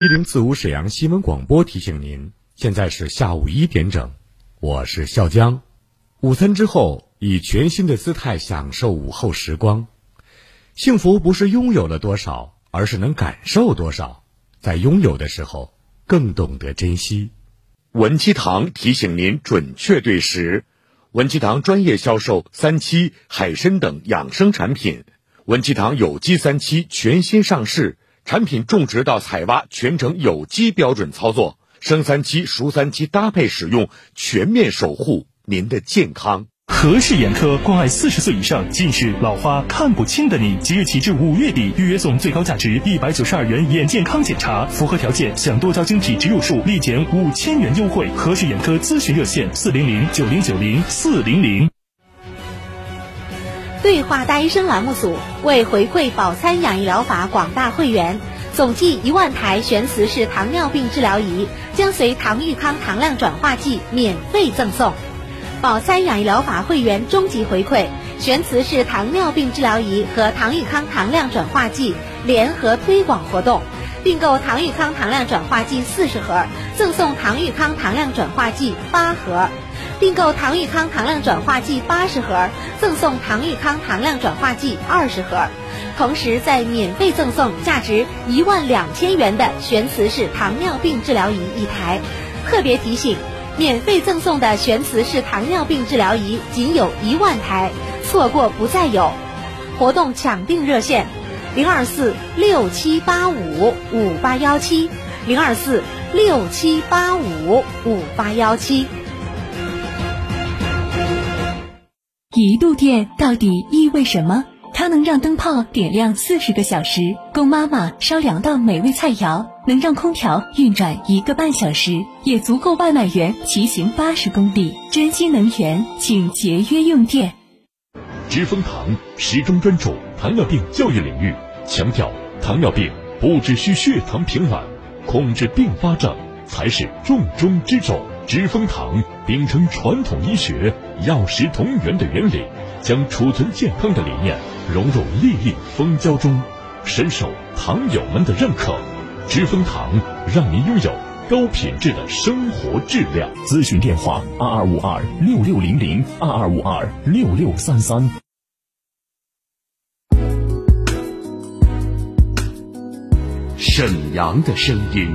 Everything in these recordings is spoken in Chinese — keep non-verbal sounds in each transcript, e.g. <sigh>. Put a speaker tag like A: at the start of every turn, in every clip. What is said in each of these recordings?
A: 一零四五沈阳新闻广播提醒您，现在是下午一点整，我是笑江。午餐之后，以全新的姿态享受午后时光。幸福不是拥有了多少，而是能感受多少。在拥有的时候，更懂得珍惜。文七堂提醒您准确对时。文七堂专业销售三七、海参等养生产品。文七堂有机三七全新上市，产品种植到采挖全程有机标准操作，生三七、熟三七搭配使用，全面守护您的健康。
B: 何氏眼科关爱四十岁以上近视、老花看不清的你，即日起至五月底预约送最高价值一百九十二元眼健康检查，符合条件享多焦晶体植入术立减五千元优惠。何氏眼科咨询热线：四零零九零九零四零零。
C: 对话大医生栏目组为回馈保参养医疗法广大会员，总计一万台悬磁式糖尿病治疗仪将随糖裕康糖量转化剂免费赠送。保参养医疗法会员终极回馈悬磁式糖尿病治疗仪和糖裕康糖量转化剂联合推广活动，订购糖裕康糖量转化剂四十盒，赠送糖裕康糖量转化剂八盒。订购唐裕康糖量转化剂八十盒，赠送唐裕康糖量转化剂二十盒，同时再免费赠送价值一万两千元的悬磁式糖尿病治疗仪一台。特别提醒，免费赠送的悬磁式糖尿病治疗仪仅有一万台，错过不再有。活动抢订热线：零二四六七八五五八幺七，零二四六七八五五八幺七。
D: 一度电到底意味什么？它能让灯泡点亮四十个小时，供妈妈烧两道美味菜肴，能让空调运转一个半小时，也足够外卖员骑行八十公里。珍惜能源，请节约用电。
E: 知蜂堂始终专注糖尿病教育领域，强调糖尿病不只需血糖平稳，控制并发症才是重中之重。知蜂堂秉承传统医学药食同源的原理，将储存健康的理念融入粒粒蜂胶中，深受糖友们的认可。知蜂堂让您拥有高品质的生活质量。
B: 咨询电话：二二五二六六零零二二五二六六三三。
F: 沈阳的声音，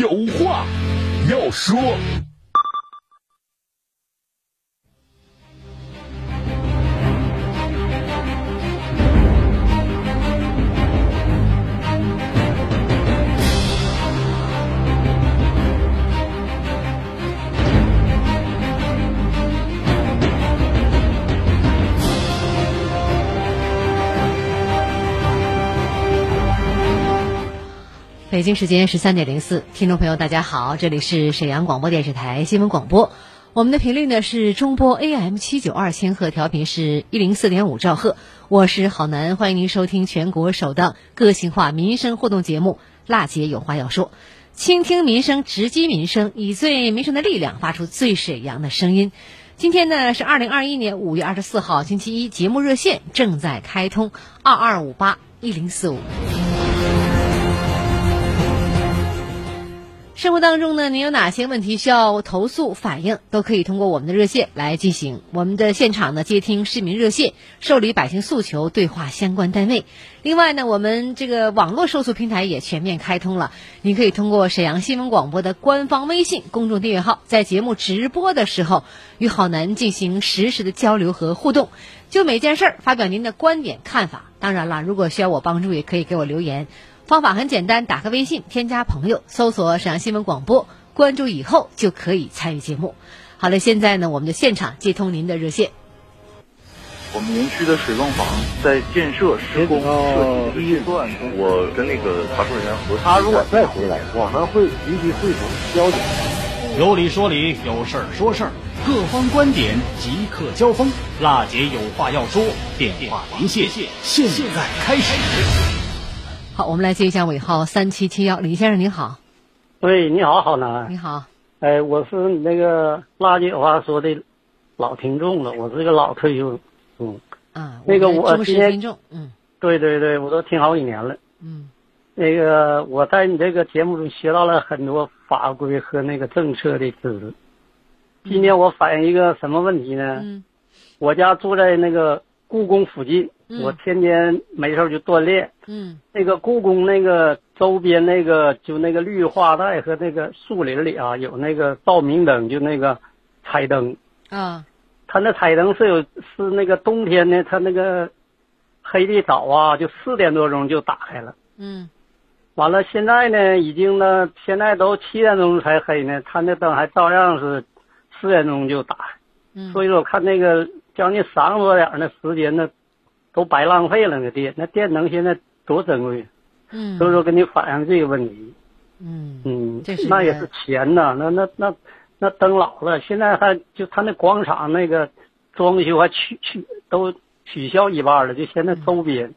E: 有话要说。
G: 北京时间十三点零四，听众朋友，大家好，这里是沈阳广播电视台新闻广播，我们的频率呢是中波 AM 七九二千赫，调频是一零四点五兆赫，我是郝楠，欢迎您收听全国首档个性化民生互动节目《辣姐有话要说》，倾听民生，直击民生，以最民生的力量发出最沈阳的声音。今天呢是二零二一年五月二十四号星期一，节目热线正在开通二二五八一零四五。
H: 生活当中呢，您有哪些问题需要投诉反映，都可以通过我们的热线来进行。我们的现场呢，接听市民热线，受理百姓诉求，对话相关单位。另外呢，我们这个网络受诉平台也全面开通了，您可以通过沈阳新闻广播的官方微信公众订阅号，在节目直播的时候与好男进行实时的交流和互动，就每件事儿发表您的观点看法。当然啦，如果需要我帮助，也可以给我留言。方法很简单，打开微信添加朋友，搜索沈阳新闻广播，关注以后就可以参与节目。好了，现在呢，我们就现场接通您的热线。
I: 我们园区的水泵房在建设施工设计预算，我跟那个查处人员核
J: 他如果再回来，我们会集体会同交警。
B: 有理说理，有事儿说事儿，各方观点即刻交锋。辣姐有话要说，电话连线现在开始。
H: 好，我们来接一下尾号三七七幺，李先生您好。
K: 喂，你好，好男。
H: 你好。
K: 哎，我是你那个辣姐话说的老听
H: 嗯
K: 众了，我是个老退休嗯。
H: 啊，
K: 那个我
H: 忠实
K: 今天
H: 听众，嗯
K: 对对对，我都听好几年了。
H: 嗯
K: 那个我在你这个节目中学到了很多法规和那个政策的知识。今天我反映一个什么问题呢？
H: 嗯
K: 我家住在那个故宫附近，
H: 嗯
K: 我天天没事儿就锻炼。
H: 嗯
K: 那个故宫那个周边那个就那个绿化带和那个树林里啊，有那个照明灯，就那个彩灯。
H: 啊
K: 它那彩灯是有是那个冬天呢，它那个黑的早啊，就四点多钟就打开了。
H: 嗯
K: 完了，现在呢，已经呢，现在都七点钟才黑呢，它那灯还照样是四点钟就打开。
H: 嗯，
K: 所以说，我看那个将近三个多点儿那时间呢，都白浪费了那电，那电能现在多珍贵。
H: 嗯
K: 所以说跟你反映这个问题，
H: 嗯
K: 嗯
H: 这是，
K: 那
H: 一
K: 也
H: 个
K: 是钱呐，那那那那灯老了，现在还就他那广场那个装修还取取都取消一半了，就现
H: 嗯
K: 在周边，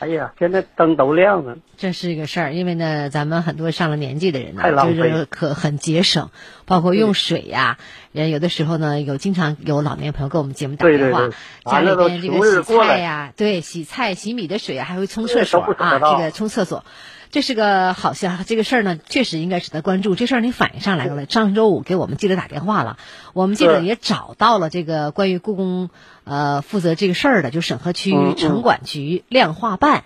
K: 哎呀，现在灯都亮了，
H: 这是一个事儿，因为呢，咱们很多上了年纪的人呢
K: 太，浪
H: 就
K: 费
H: 是可很节省，包括用水呀、人有的时候呢，有经常有老年朋友给我们节目打
K: 对
H: 电
K: 对
H: 话，
K: 对，
H: 家
K: 完
H: 里
K: 了都
H: 边这
K: 穷日
H: 个洗
K: 过
H: 菜
K: 来，
H: 呀、对，洗菜、洗米的水啊，还会冲
K: 这
H: 厕
K: 都
H: 所
K: 不知
H: 啊，
K: 道
H: 这个冲厕所，这是个好消息。这个事儿呢，确实应该值得关注。这事儿您反映上来了，上周五给我们记者打电话了，我们记者
K: 是
H: 也找到了这个关于故宫呃负责这个事儿的，就沈河区
K: 嗯嗯
H: 城管局量化办，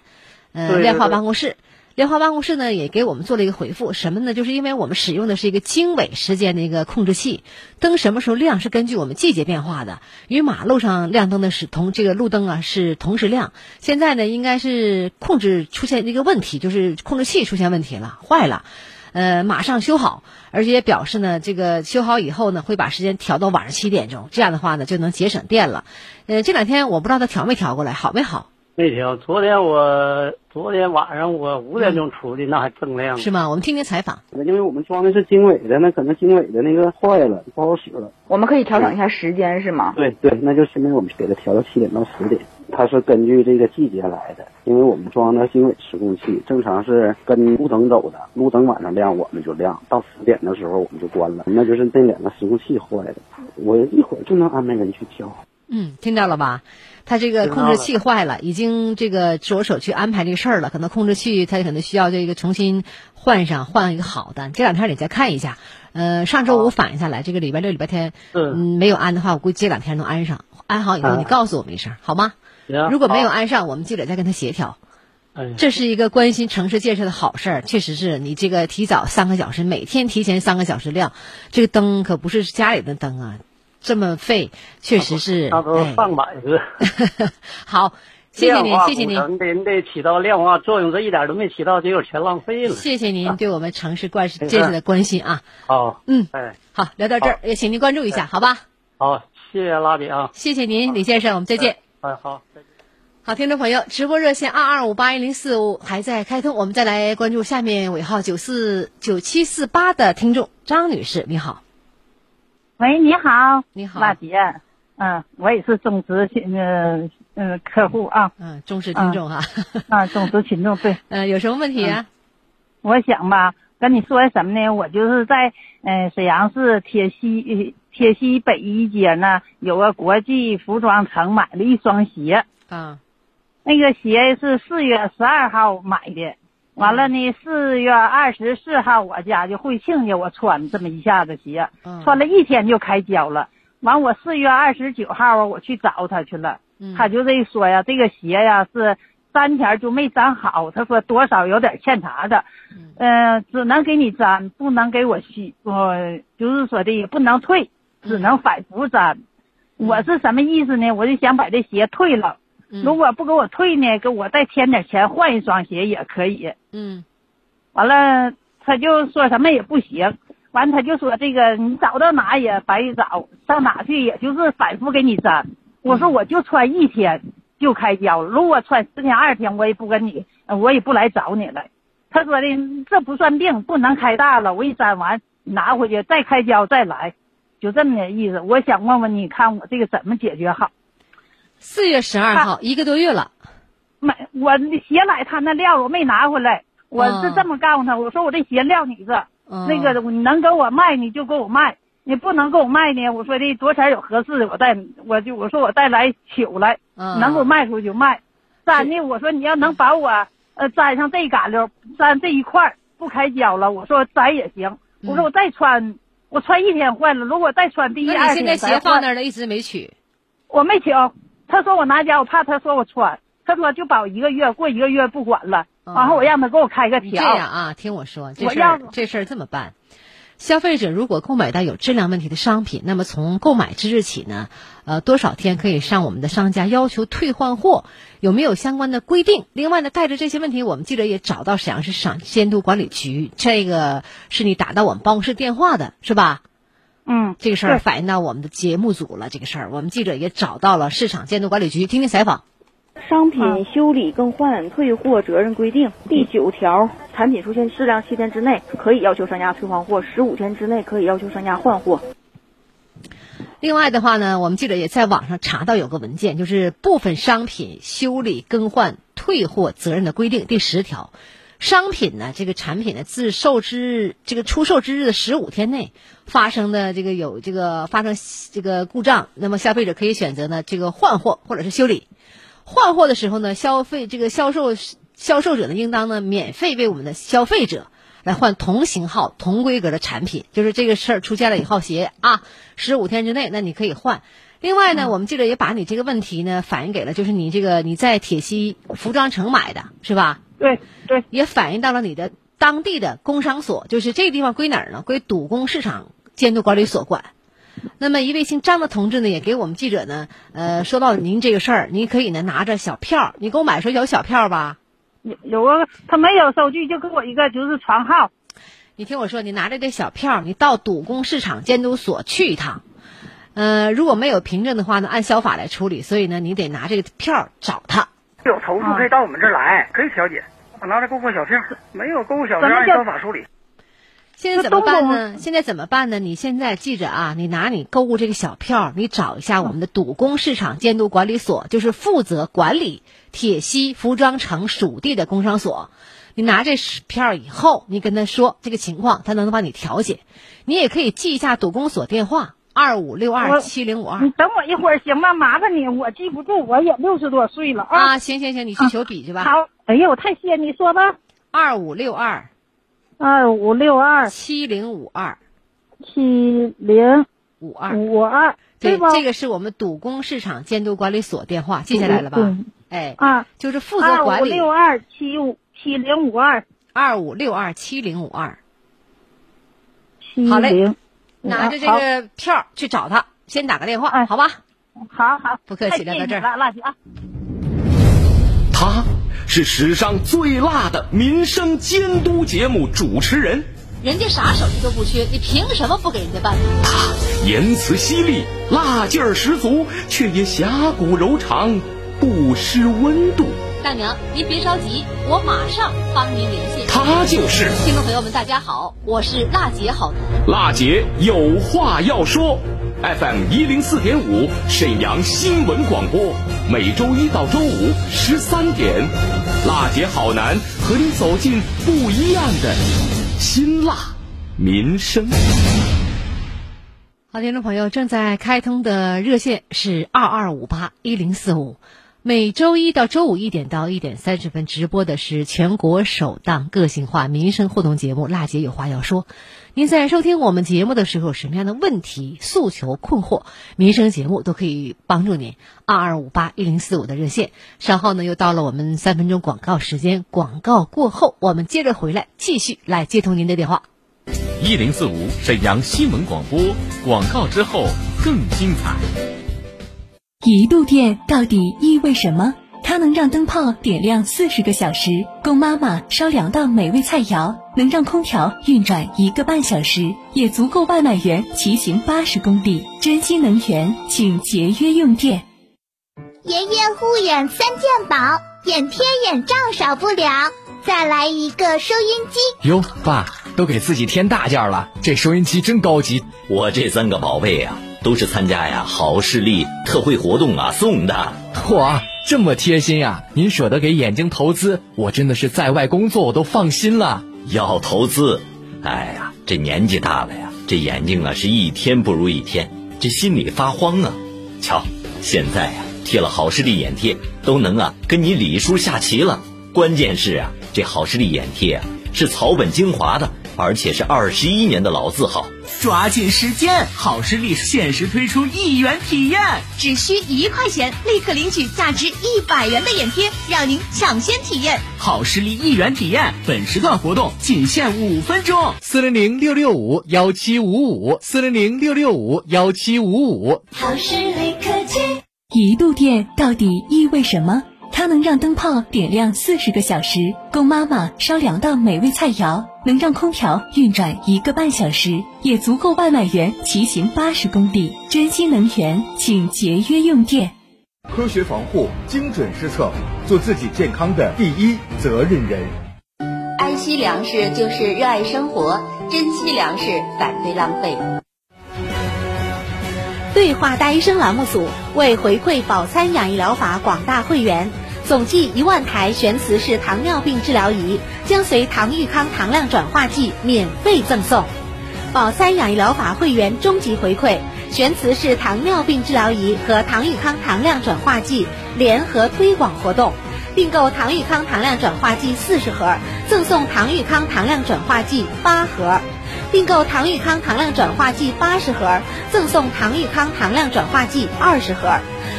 H: 呃
K: 对对
H: 量化
K: 对
H: 办公室。量化办公室呢也给我们做了一个回复，什么呢？就是因为我们使用的是一个经纬时间的一个控制器，灯什么时候亮是根据我们季节变化的，与马路上亮灯的是同这个路灯啊是同时亮。现在呢应该是控制出现一个问题，就是控制器出现问题了，坏了。呃，马上修好，而且也表示呢，这个修好以后呢，会把时间调到晚上七点钟，这样的话呢，就能节省电了。呃，这两天我不知道他调没调过来，好没好，
K: 那天昨天我昨天晚上我五点钟出去，那还锃亮呢
H: 是。吗？我们听听采访。
L: 因为我们装的是经纬的，那可能经纬的那个坏了，不好使了。
M: 我们可以调整一下时间，是吗？
L: 对对，那就现在我们给它调到七点到十点。它是根据这个季节来的，因为我们装的经纬时控器，正常是跟路灯走的，路灯晚上亮我们就亮，到十点的时候我们就关了，那就是那两个时控器坏了。我一会儿就能安排人去调。
H: 嗯，听到了吧？他这个
L: 听到
H: 控
L: 了
H: 制器坏了，已经这个着手去安排这个事儿了。可能控制器它可能需要这个重新换上，换一个好的。这两天你再看一下。呃，上周五反映下来，这个礼拜六、礼拜天，嗯，没有安的话，我估计这两天能安上。安好以后，
K: 啊
H: 你告诉我们一声，好吗？
K: 行
H: 如果没有
K: 好
H: 安上，我们记者再跟他协调。
K: 哎呀
H: 这是一个关心城市建设的好事儿，确实是你这个提早三个小时，每天提前三个小时亮，这个灯可不是家里的灯啊，这么费，确实是。
K: 那都
H: 哎
K: 上百个。
H: <laughs> 好，谢谢您，谢谢您，
K: 您，得你得起到量化作用，这一点都没起到，结果全浪费了。
H: 谢谢您对我们城市关建
K: 没事
H: 设的关心啊。
K: 好，
H: 嗯，
K: 哎，
H: 好，聊到这儿，也请您关注一下，好吧？
K: 好，谢谢拉姐啊，
H: 谢谢您，李先生，我们再见。
K: 哎，好。
H: 好，听众朋友，直播热线二二五八一零四五还在开通，我们再来关注下面尾号九四九七四八的听众张女士，你好，
K: 哎
N: 喂，你好，
H: 你好
N: 辣姐，嗯，我也是种植呃呃客户啊，
H: 嗯，忠实听众啊，
N: 啊，种植群众对，
H: <laughs> 呃，有什么问题啊？
N: 我想吧，跟你说什么
C: 哎
N: 呢？我就是在呃沈阳市铁西呃铁西北一街呢，有个国际服装城买
O: 嗯
N: 了一双鞋，
H: 啊，
N: 那个鞋是四月十二号买的，
O: 完了呢，四月二十四号我家就会亲家，我穿这么一下子鞋，穿了一天就开胶了。完，我四月二十九号啊，我去找他去了，他就这说呀，这个鞋呀是粘前就没粘好，他说多少有点欠查的，嗯、呃，只能给你粘，不能给我洗，我、就是说的也不能退，只能反复粘。我是什么意思呢？我就想把这鞋退了，如果不给我退呢，给我再添点钱换一双鞋也可以。
H: 嗯
O: 完了，他就说什么也不行。完，他就说这个你找到哪也白找，上哪去也就是反复给你粘。我
H: 嗯
O: 说我就穿一天就开胶，如果穿十天二天，我也不跟你，呃我也不来找你了。他说的这不算病，不能开大了，我一粘完拿回去再开胶再来，就这么点意思。我想问问你看我这个怎么解决好？
H: 四月十二号，一个多月了。
O: 没，我那鞋来他那料，我没拿回来。我是
H: 嗯
O: 这么告诉他，我说我这鞋料你这，
H: 嗯
O: 那个你能给我卖你就给我卖，你不能给我卖呢，我说这多钱有合适的，我再我就我说我再来取来，
H: 嗯
O: 能给我卖出去就卖。粘的我说你要能把我呃粘上这一嘎溜，粘这一块儿不开胶了，我说粘也行。
H: 嗯
O: 我说我再穿，我穿一天换了，如果再穿第一二
H: 那你现在
O: 天再
H: 鞋
O: 换
H: 放那儿了，一直没取。
O: 我没请，他说我拿家，我怕他说我穿，他说就保一个月，过一个月不管了，然后我让他给我开个
H: 哦你
O: 条。
H: 这样啊，听我说，这
O: 我
H: 事
O: 要
H: 儿这事儿这么办。消费者如果购买到有质量问题的商品，那么从购买之日起呢，呃，多少天可以上我们的商家要求退换货？有没有相关的规定？另外呢，带着这些问题，我们记者也找到沈阳市市场监督管理局，这个是你打到我们办公室电话的，是吧？
O: 嗯，
H: 这个事儿
O: 对
H: 反映到我们的节目组了。这个事儿，我们记者也找到了市场监督管理局，听听采访。
P: 商
O: 啊
P: 品修理、更换、退货责任规定
O: 嗯
P: 第九条，产品出现质量七天之内可以要求商家退换货，十五天之内可以要求商家换货。
H: 另外的话呢，我们记者也在网上查到有个文件，就是部分商品修理、更换、退货责任的规定第十条。商品呢，这个产品呢，自售之日这个出售之日的十五天内发生的这个有这个发生这个故障，那么消费者可以选择呢这个换货或者是修理。换货的时候呢，消费这个销售销售者呢，应当呢免费为我们的消费者来换同型号、同规格的产品。就是这个事儿出现了以后，鞋啊，十五天之内，那你可以换。另外
O: 嗯
H: 呢，我们记者也把你这个问题呢反映给了，就是你这个你在铁西服装城买的是吧？
O: 对对，
H: 也反映到了你的当地的工商所，就是这个地方归哪儿呢？归土工市场监督管理所管。那么一位姓张的同志呢，也给我们记者呢，呃，说到您这个事儿，您可以呢拿着小票儿，你购买时候有小票儿吧？
O: 有有个他没有收据，就给我一个就是床号。
H: 你听我说，你拿着这小票儿，你到赌工市场监督所去一趟。呃，如果没有凭证的话呢，按消法来处理，所以呢，你得拿这个票儿找他。
Q: 有投诉可以到我们这儿来，可以调解。我拿着购物小票，没有购物小票
H: 咱们
Q: 按
H: 就
Q: 消法处理。
H: 现在怎
Q: 那
H: 么
Q: 东
H: 办
Q: 东
H: 呢？现在怎么办呢？你现在记着啊，你拿你购物这个小票儿，你找一下我们的赌工市场监督管理所，就是负责管理铁西服装城属地的工商所。你拿这票儿以后，你跟他说这个情况，他能帮你调解。你也可以记一下赌工所电话二五六
O: 我
H: 二七零五二
O: 你。等我一会儿行吗？麻烦你，我记不住，我也六十多岁了
H: 啊，行行行，你去求笔去吧。
O: 好，哎呀，我太谢你说吧。
H: 二五六二
O: 二五六二
H: 七零五二
O: 七零
H: 五二
O: 五二，
H: 对，
O: 嗯吧？
H: 这个是我们赌工市场监督管理所电话，记下来了吧？
O: 嗯
H: 哎，
O: 啊，
H: 就是负责
O: 二
H: 管理
O: 五六二七五七零五二，
H: 二五六二七零五二。
O: 七
H: 好嘞
O: 零，嗯
H: 拿着这个票儿去找他，先打个电话，
O: 哎
H: 好吧？
O: 好好，
H: 不客气，聊到这儿。
O: 儿，辣姐啊。
B: 他是史上最辣的民生监督节目主持人，
C: 人家啥手续都不缺，你凭什么不给人家办？
B: 言辞犀利，辣劲儿十足，却也侠骨柔肠，不失温度。
C: 大娘，您别着急，我马上帮您联系。
B: 他就是
C: 听众朋友们，大家好，我是辣姐好男。
B: 辣姐有话要说。FM 一零四点五，沈阳新闻广播，每周一到周五十三点，辣姐好男和你走进不一样的辛辣民生。
H: 好，听众朋友，正在开通的热线是二二五八一零四五，每周一到周五一点到一点三十分直播的是全国首档个性化民生互动节目《辣姐有话要说》。您在收听我们节目的时候，有什么样的问题、诉求、困惑，民生节目都可以帮助您。二二五八一零四五的热线。稍后呢，又到了我们三分钟广告时间，广告过后，我们接着回来继续来接通您的电话。
R: 一零四五沈阳新闻广播，广告之后更精彩。
S: 一度电到底意味什么？它能让灯泡点亮四十个小时，供妈妈烧两道美味菜肴，能让空调运转一个半小时，也足够外卖员骑行八十公里。珍惜能源，请节约用电。
T: 爷爷护眼三件宝，眼贴眼罩少不了，再来一个收音机。
U: 哟，爸，都给自己添大件了，这收音机真高级。
V: 我这三个宝贝呀、啊。都是参加呀好视力特惠活动啊送的，
U: 哇，这么贴心呀、啊！您舍得给眼睛投资，我真的是在外工作我都放心了。
V: 要投资，哎呀，这年纪大了呀，这眼睛啊是一天不如一天，这心里发慌啊。瞧，现在呀、啊、贴了好视力眼贴，都能啊跟你李叔下棋了。关键是啊，这好视力眼贴啊是草本精华的。而且是二十一年的老字号，
B: 抓紧时间！好视力限时推出一元体验，
W: 只需一块钱，立刻领取价值一百元的眼贴，让您抢先体验
B: 好视力一元体验。本时段活动仅限五分钟，
U: 四零零六六五幺七五五，四零零六六五幺七五五。
X: 好视力科技，
S: 一度电到底意味什么？它能让灯泡点亮四十个小时，供妈妈烧两道美味菜肴，能让空调运转一个半小时，也足够外卖员骑行八十公里。珍惜能源，请节约用电。
I: 科学防护，精准施策，做自己健康的第一责任人。
Y: 安息粮食就是热爱生活，珍惜粮食，反对浪费。
C: 对话大医生栏目组为回馈保参养医疗法广大会员。总计一万台悬磁式糖尿病治疗仪将随糖裕康糖量转化剂免费赠送。宝三养医疗法会员终极回馈悬磁式糖尿病治疗仪和糖裕康糖量转化剂联合推广活动，订购糖裕康糖量转化剂四十盒，赠送糖裕康糖量转化剂八盒；订购糖裕康糖量转化剂八十盒，赠送糖裕康糖量转化剂二十盒。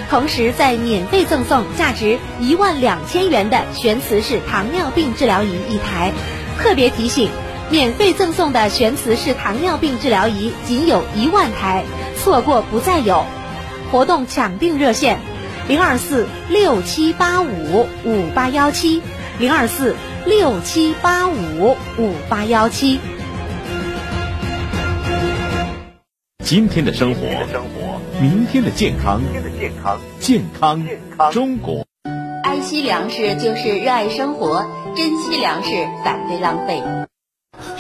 C: 同时，再免费赠送价值一万两千元的悬磁式糖尿病治疗仪一台。特别提醒，免费赠送的悬磁式糖尿病治疗仪仅有一万台，错过不再有。活动抢订热线：零二四六七八五五八幺七，零二四六七八五五八幺七。
R: 今天的生活，明天的健康，健康中国。
Y: 爱惜粮食就是热爱生活，珍惜粮食反对浪费。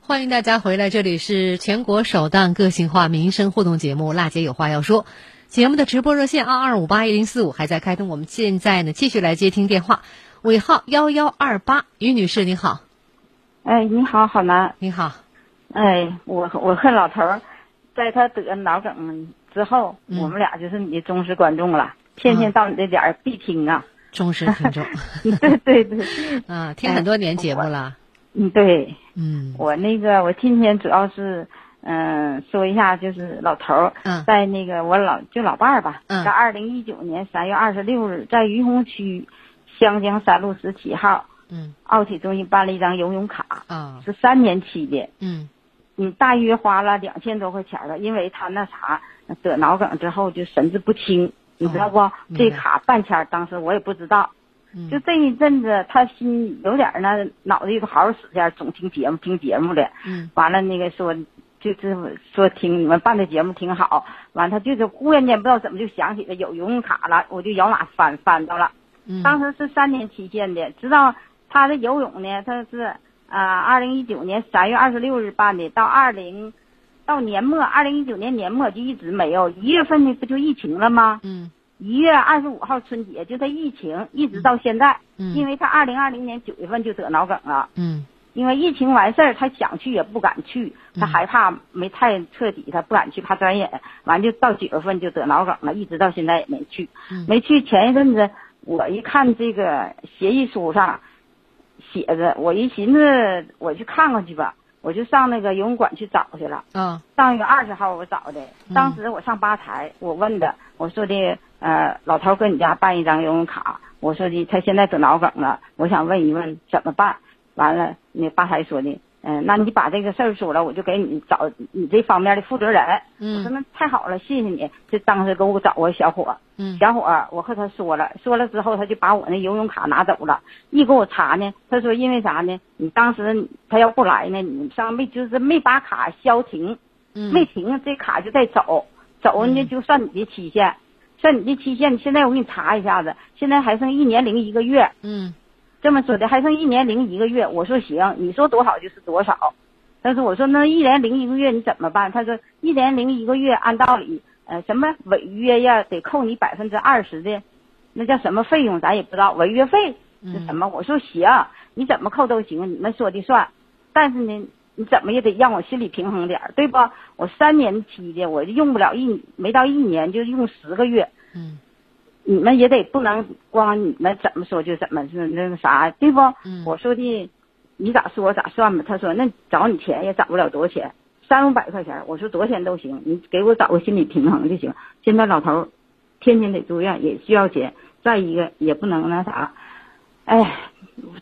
H: 欢迎大家回来，这里是全国首档个性化民生互动节目《辣姐有话要说》。节目的直播热线二二五八一零四五还在开通，我们现在呢继续来接听电话，尾号幺幺二八，于女士你好。
O: 哎，你好，好男。
H: 你好。
O: 哎，我我和老头儿，在他得脑梗之后，嗯、我们俩就是你的忠实观众了，天天到你这点儿必听啊。
H: 忠实听
O: <laughs>
H: 众。
O: 对对对。
H: 啊，听很多年节目了。哎
O: 嗯，对，
H: 嗯，
O: 我那个，我今天主要是，嗯、呃，说一下就是老头儿，
H: 嗯，
O: 在那个我老就老伴儿吧，
H: 嗯，
O: 在二零一九年三月二十六日，在于洪区湘江三路十七号，
H: 嗯，
O: 奥体中心办了一张游泳卡，
H: 啊、哦，
O: 是三年期的，
H: 嗯，
O: 嗯，大约花了两千多块钱了，因为他那啥得脑梗之后就神志不清，你知道不？
H: 哦、
O: 这卡半签，当时我也不知道。
H: 嗯
O: 就这一阵子，他心有点呢，脑袋都好使点，总听节目，听节目的。
H: 嗯。
O: 完了，那个说，就是说听你们办的节目挺好。完，他就是忽然间不知道怎么就想起来有游泳卡了，我就摇哪翻翻到了。
H: 嗯。
O: 当时是三年期限的，直到他的游泳呢，他是啊，二零一九年三月二十六日办的，到二零到年末，二零一九年年末就一直没有。一月份呢，不就疫情了吗？
H: 嗯。
O: 一月二十五号春节，就他疫情一直到现在，
H: 嗯、
O: 因为他二零二零年九月份就得脑梗了，
H: 嗯，
O: 因为疫情完事儿，他想去也不敢去，他害怕没太彻底，他不敢去，怕传染，完就到九月份就得脑梗了，一直到现在也没去，
H: 嗯、
O: 没去。前一阵子我一看这个协议书上写着，我一寻思我去看看去吧。我就上那个游泳馆去找去了。
H: 嗯、哦，
O: 上月二十号我找的，
H: 嗯
O: 当时我上吧台，我问的，我说的，呃，老头搁你家办一张游泳卡，我说的，他现在得脑梗了，我想问一问怎么办。完了，那吧台说的，嗯、呃，那你把这个事儿说了，我就给你找你这方面的负责人。
H: 嗯，
O: 我说那太好了，谢谢你。就当时给我找我小伙，
H: 嗯，
O: 小伙，我和他说了，说了之后他就把我那游泳卡拿走了。一给我查呢，他说因为啥呢？你当时他要不来呢，你上没就是没把卡消停，
H: 嗯，
O: 没停，这卡就得走，走呢就算你的期限，算你的期限。现在我给你查一下子，现在还剩一年零一个月。
H: 嗯。
O: 这么说的，还剩一年零一个月。我说行，你说多少就是多少。但是我说那一年零一个月你怎么办？他说一年零一个月，按道理，呃，什么违约呀，得扣你百分之二十的，那叫什么费用，咱也不知道，违约费是什么？我说行，你怎么扣都行，你们说的算。但是呢，你怎么也得让我心里平衡点儿，对不？我三年期的，我就用不了一没到一年就用十个月。
H: 嗯。
O: 你们也得不能光你们怎么说就怎么是那个啥，对不？
H: 嗯、
O: 我说的，你咋说咋算吧。他说那找你钱也找不了多少钱，三五百块钱。我说多少钱都行，你给我找个心理平衡就行。现在老头天天得住院，也需要钱。再一个也不能那啥，哎，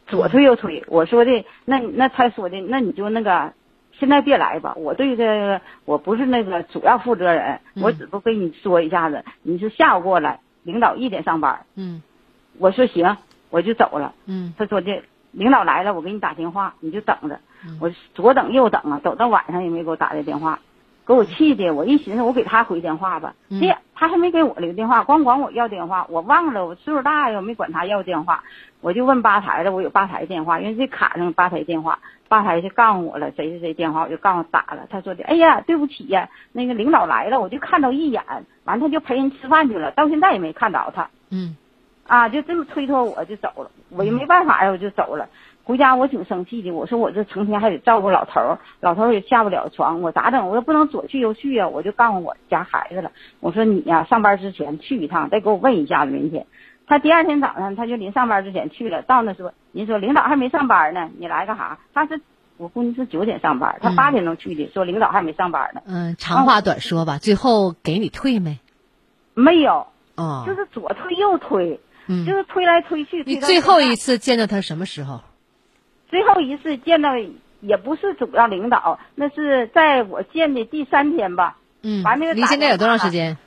O: 左推右推。我说的那那他说的那你就那个。现在别来吧，我对这个我不是那个主要负责人，
H: 嗯、
O: 我只不过跟你说一下子，你是下午过来，领导一点上班，
H: 嗯，
O: 我说行，我就走了，
H: 嗯，
O: 他说的，领导来了，我给你打电话，你就等着，
H: 嗯、
O: 我左等右等啊，等到晚上也没给我打来电话，给我气的，我一寻思我给他回电话吧，
H: 嗯、
O: 这他还没给我留电话，光管我要电话，我忘了，我岁数大呀，我没管他要电话，我就问吧台了，我有吧台电话，因为这卡上吧台电话，吧台就告诉我了，谁谁谁电话，我就告诉打了，他说的，哎呀，对不起呀，那个领导来了，我就看到一眼，完他就陪人吃饭去了，到现在也没看着他。
H: 嗯，
O: 啊，就这么推脱我就走了，我也没办法呀，我就走了。回家我挺生气的，我说我这成天还得照顾老头儿，老头儿也下不了床，我咋整？我又不能左去右去呀、啊，我就告诉我家孩子了，我说你呀、啊，上班之前去一趟，再给我问一下子明天。他第二天早上他就临上班之前去了，到那说，人说领导还没上班呢，你来干啥？他是我估计是九点上班，他八点钟去的，
H: 嗯、
O: 说领导还没上班呢。
H: 嗯，
O: 哦
H: 长话短说吧，啊、最后给你退没？
O: 没有。
H: 哦，
O: 就是左推右推，
H: 嗯、
O: 就是推来推去。推
H: 你最后一次见到他什么时候？
O: 最后一次见到也不是主要领导，那是在我见的第三天吧。
H: 嗯，
O: 完了又打
H: 离现在有多长时间？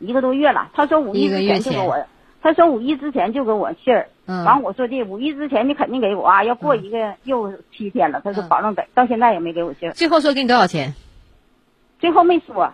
O: 一个多月了。他说五一
H: 一个
O: 之
H: 月
O: 前就给
H: 前
O: 我，他说五一之前就给我信儿。
H: 嗯
O: 完我说这五一之前你肯定给我啊，要过一个又七天了。
H: 嗯
O: 他说保证给，到现在也没给我信儿。
H: 最后说给你多少钱？
O: 最后没说，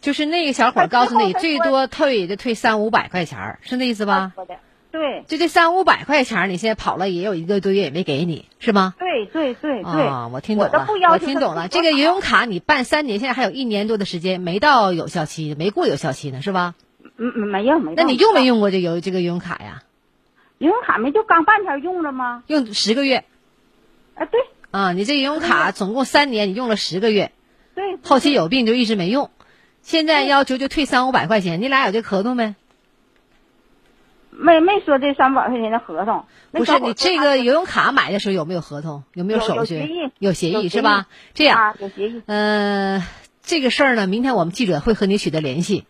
H: 就是那个小伙儿告诉你，
O: 他最
H: 最
O: 后他说
H: 多退也就退三五百块钱儿，是那意思吧？
O: 说的对
H: 就这三五百块钱儿，你现在跑了也有一个多月也没给你，是吗？
O: 对对对对。
H: 啊、我听懂
O: 都
H: 了，
O: 不要
H: 我
O: 求
H: 听
O: 他
H: 懂
O: 自己多
H: 了。这个
O: 少
H: 游泳卡你办三年，现在还有一年多的时间，没到有效期，没过有效期呢，是吧？
O: 嗯嗯，没有没有。
H: 那你用没用过这游这个游泳卡呀？
O: 游泳卡没就刚半天用了吗？
H: 用十个月
O: 啊，对
H: 啊，你这游泳卡总共三年，你用了十个月，
O: 对。
H: 后期有病就一直没用，现在要求就退三五百块钱，你俩有这合同没？
O: 没没说这三百块钱的合同，那
H: 不
O: 小
H: 是
O: 伙
H: 你
O: 说
H: 这
O: 他
H: 个游泳卡买的时候有没有合同？有没
O: 有
H: 手
O: 有
H: 续？
O: 协议
H: 有协
O: 有
H: 议
O: 协
H: 是吧？这
O: 啊
H: 样，
O: 有协议，
H: 呃，这个事儿呢，明天我们记者会和你取得联系。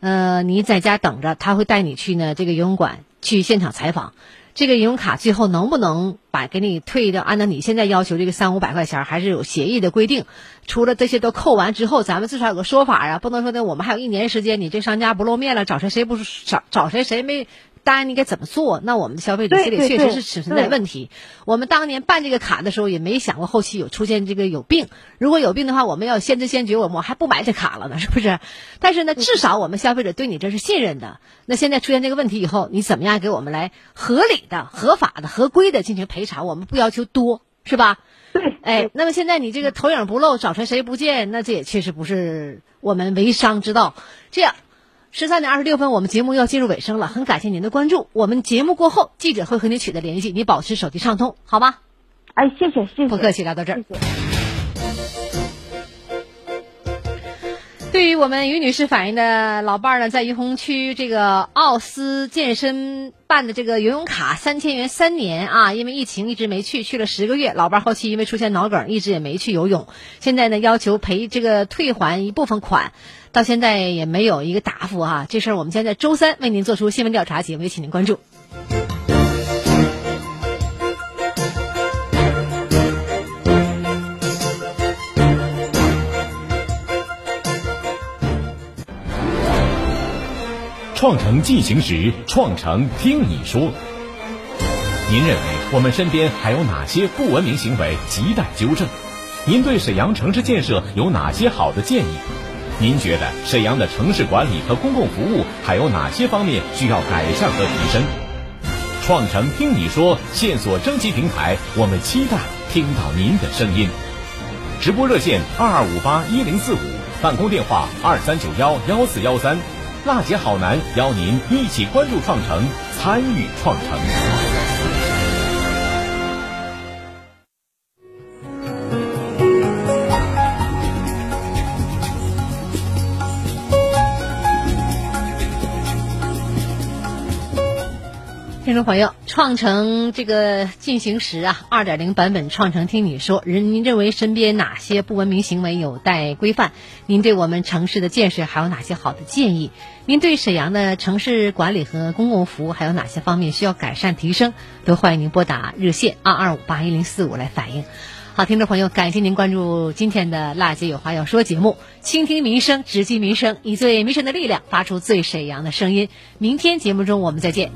H: 呃，你在家等着，他会带你去呢这个游泳馆去现场采访。这个游泳卡最后能不能把给你退掉？按照你现在要求这个三五百块钱儿，还是有协议的规定。除了这些都扣完之后，咱们至少有个说法啊呀、不能说呢我们还有一年时间，你这商家不露面了，找谁谁不找找谁谁没答应你该怎么做？那我们的消费者
O: 对
H: 心里
O: 对
H: 确
O: 对
H: 实是存在
O: 对
H: 问题。我们当年办这个卡的时候也没想过后期有出现这个有病，如果有病的话，我们要先知先觉，我们还不买这卡了呢，是不是？但是呢，至少我们消费者对你这是信任的。那现在出现这个问题以后，你怎么样给我们来合理的、合法的、合规的进行赔偿？我们不要求多，是吧？
O: 对，
H: <laughs> 哎，那么现在你这个头影不露，找谁谁不见，那这也确实不是我们为商之道。这样，十三点二十六分，我们节目要进入尾声了，很感谢您的关注。我们节目过后，记者会和您取得联系，你保持手机畅通，好吗？
O: 哎，谢谢谢谢，
H: 不客气，聊到这儿。对于我们于女士反映的老伴儿呢，在于洪区这个奥斯健身办的这个游泳卡三千元三年啊，因为疫情一直没去，去了十个月。老伴儿后期因为出现脑梗，一直也没去游泳。现在呢，要求赔这个退还一部分款，到现在也没有一个答复啊。这事儿我们将在周三为您做出新闻调查节目，也请您关注。
A: 创城进行时，创城听你说。您认为我们身边还有哪些不文明行为亟待纠正？您对沈阳城市建设有哪些好的建议？您觉得沈阳的城市管理和公共服务还有哪些方面需要改善和提升？创城听你说线索征集平台，我们期待听到您的声音。直播热线二二五八一零四五，办公电话二三九幺幺四幺三。辣姐好男邀您一起关注创城，参与创城。
H: 听众朋友，创城这个进行时啊，二点零版本创城听你说，人您认为身边哪些不文明行为有待规范？您对我们城市的建设还有哪些好的建议？您对沈阳的城市管理和公共服务还有哪些方面需要改善提升？都欢迎您拨打热线二二五八一零四五来反映。好，听众朋友，感谢您关注今天的《辣姐有话要说》节目，倾听民生，直击民生，以最民生的力量，发出最沈阳的声音。明天节目中我们再见。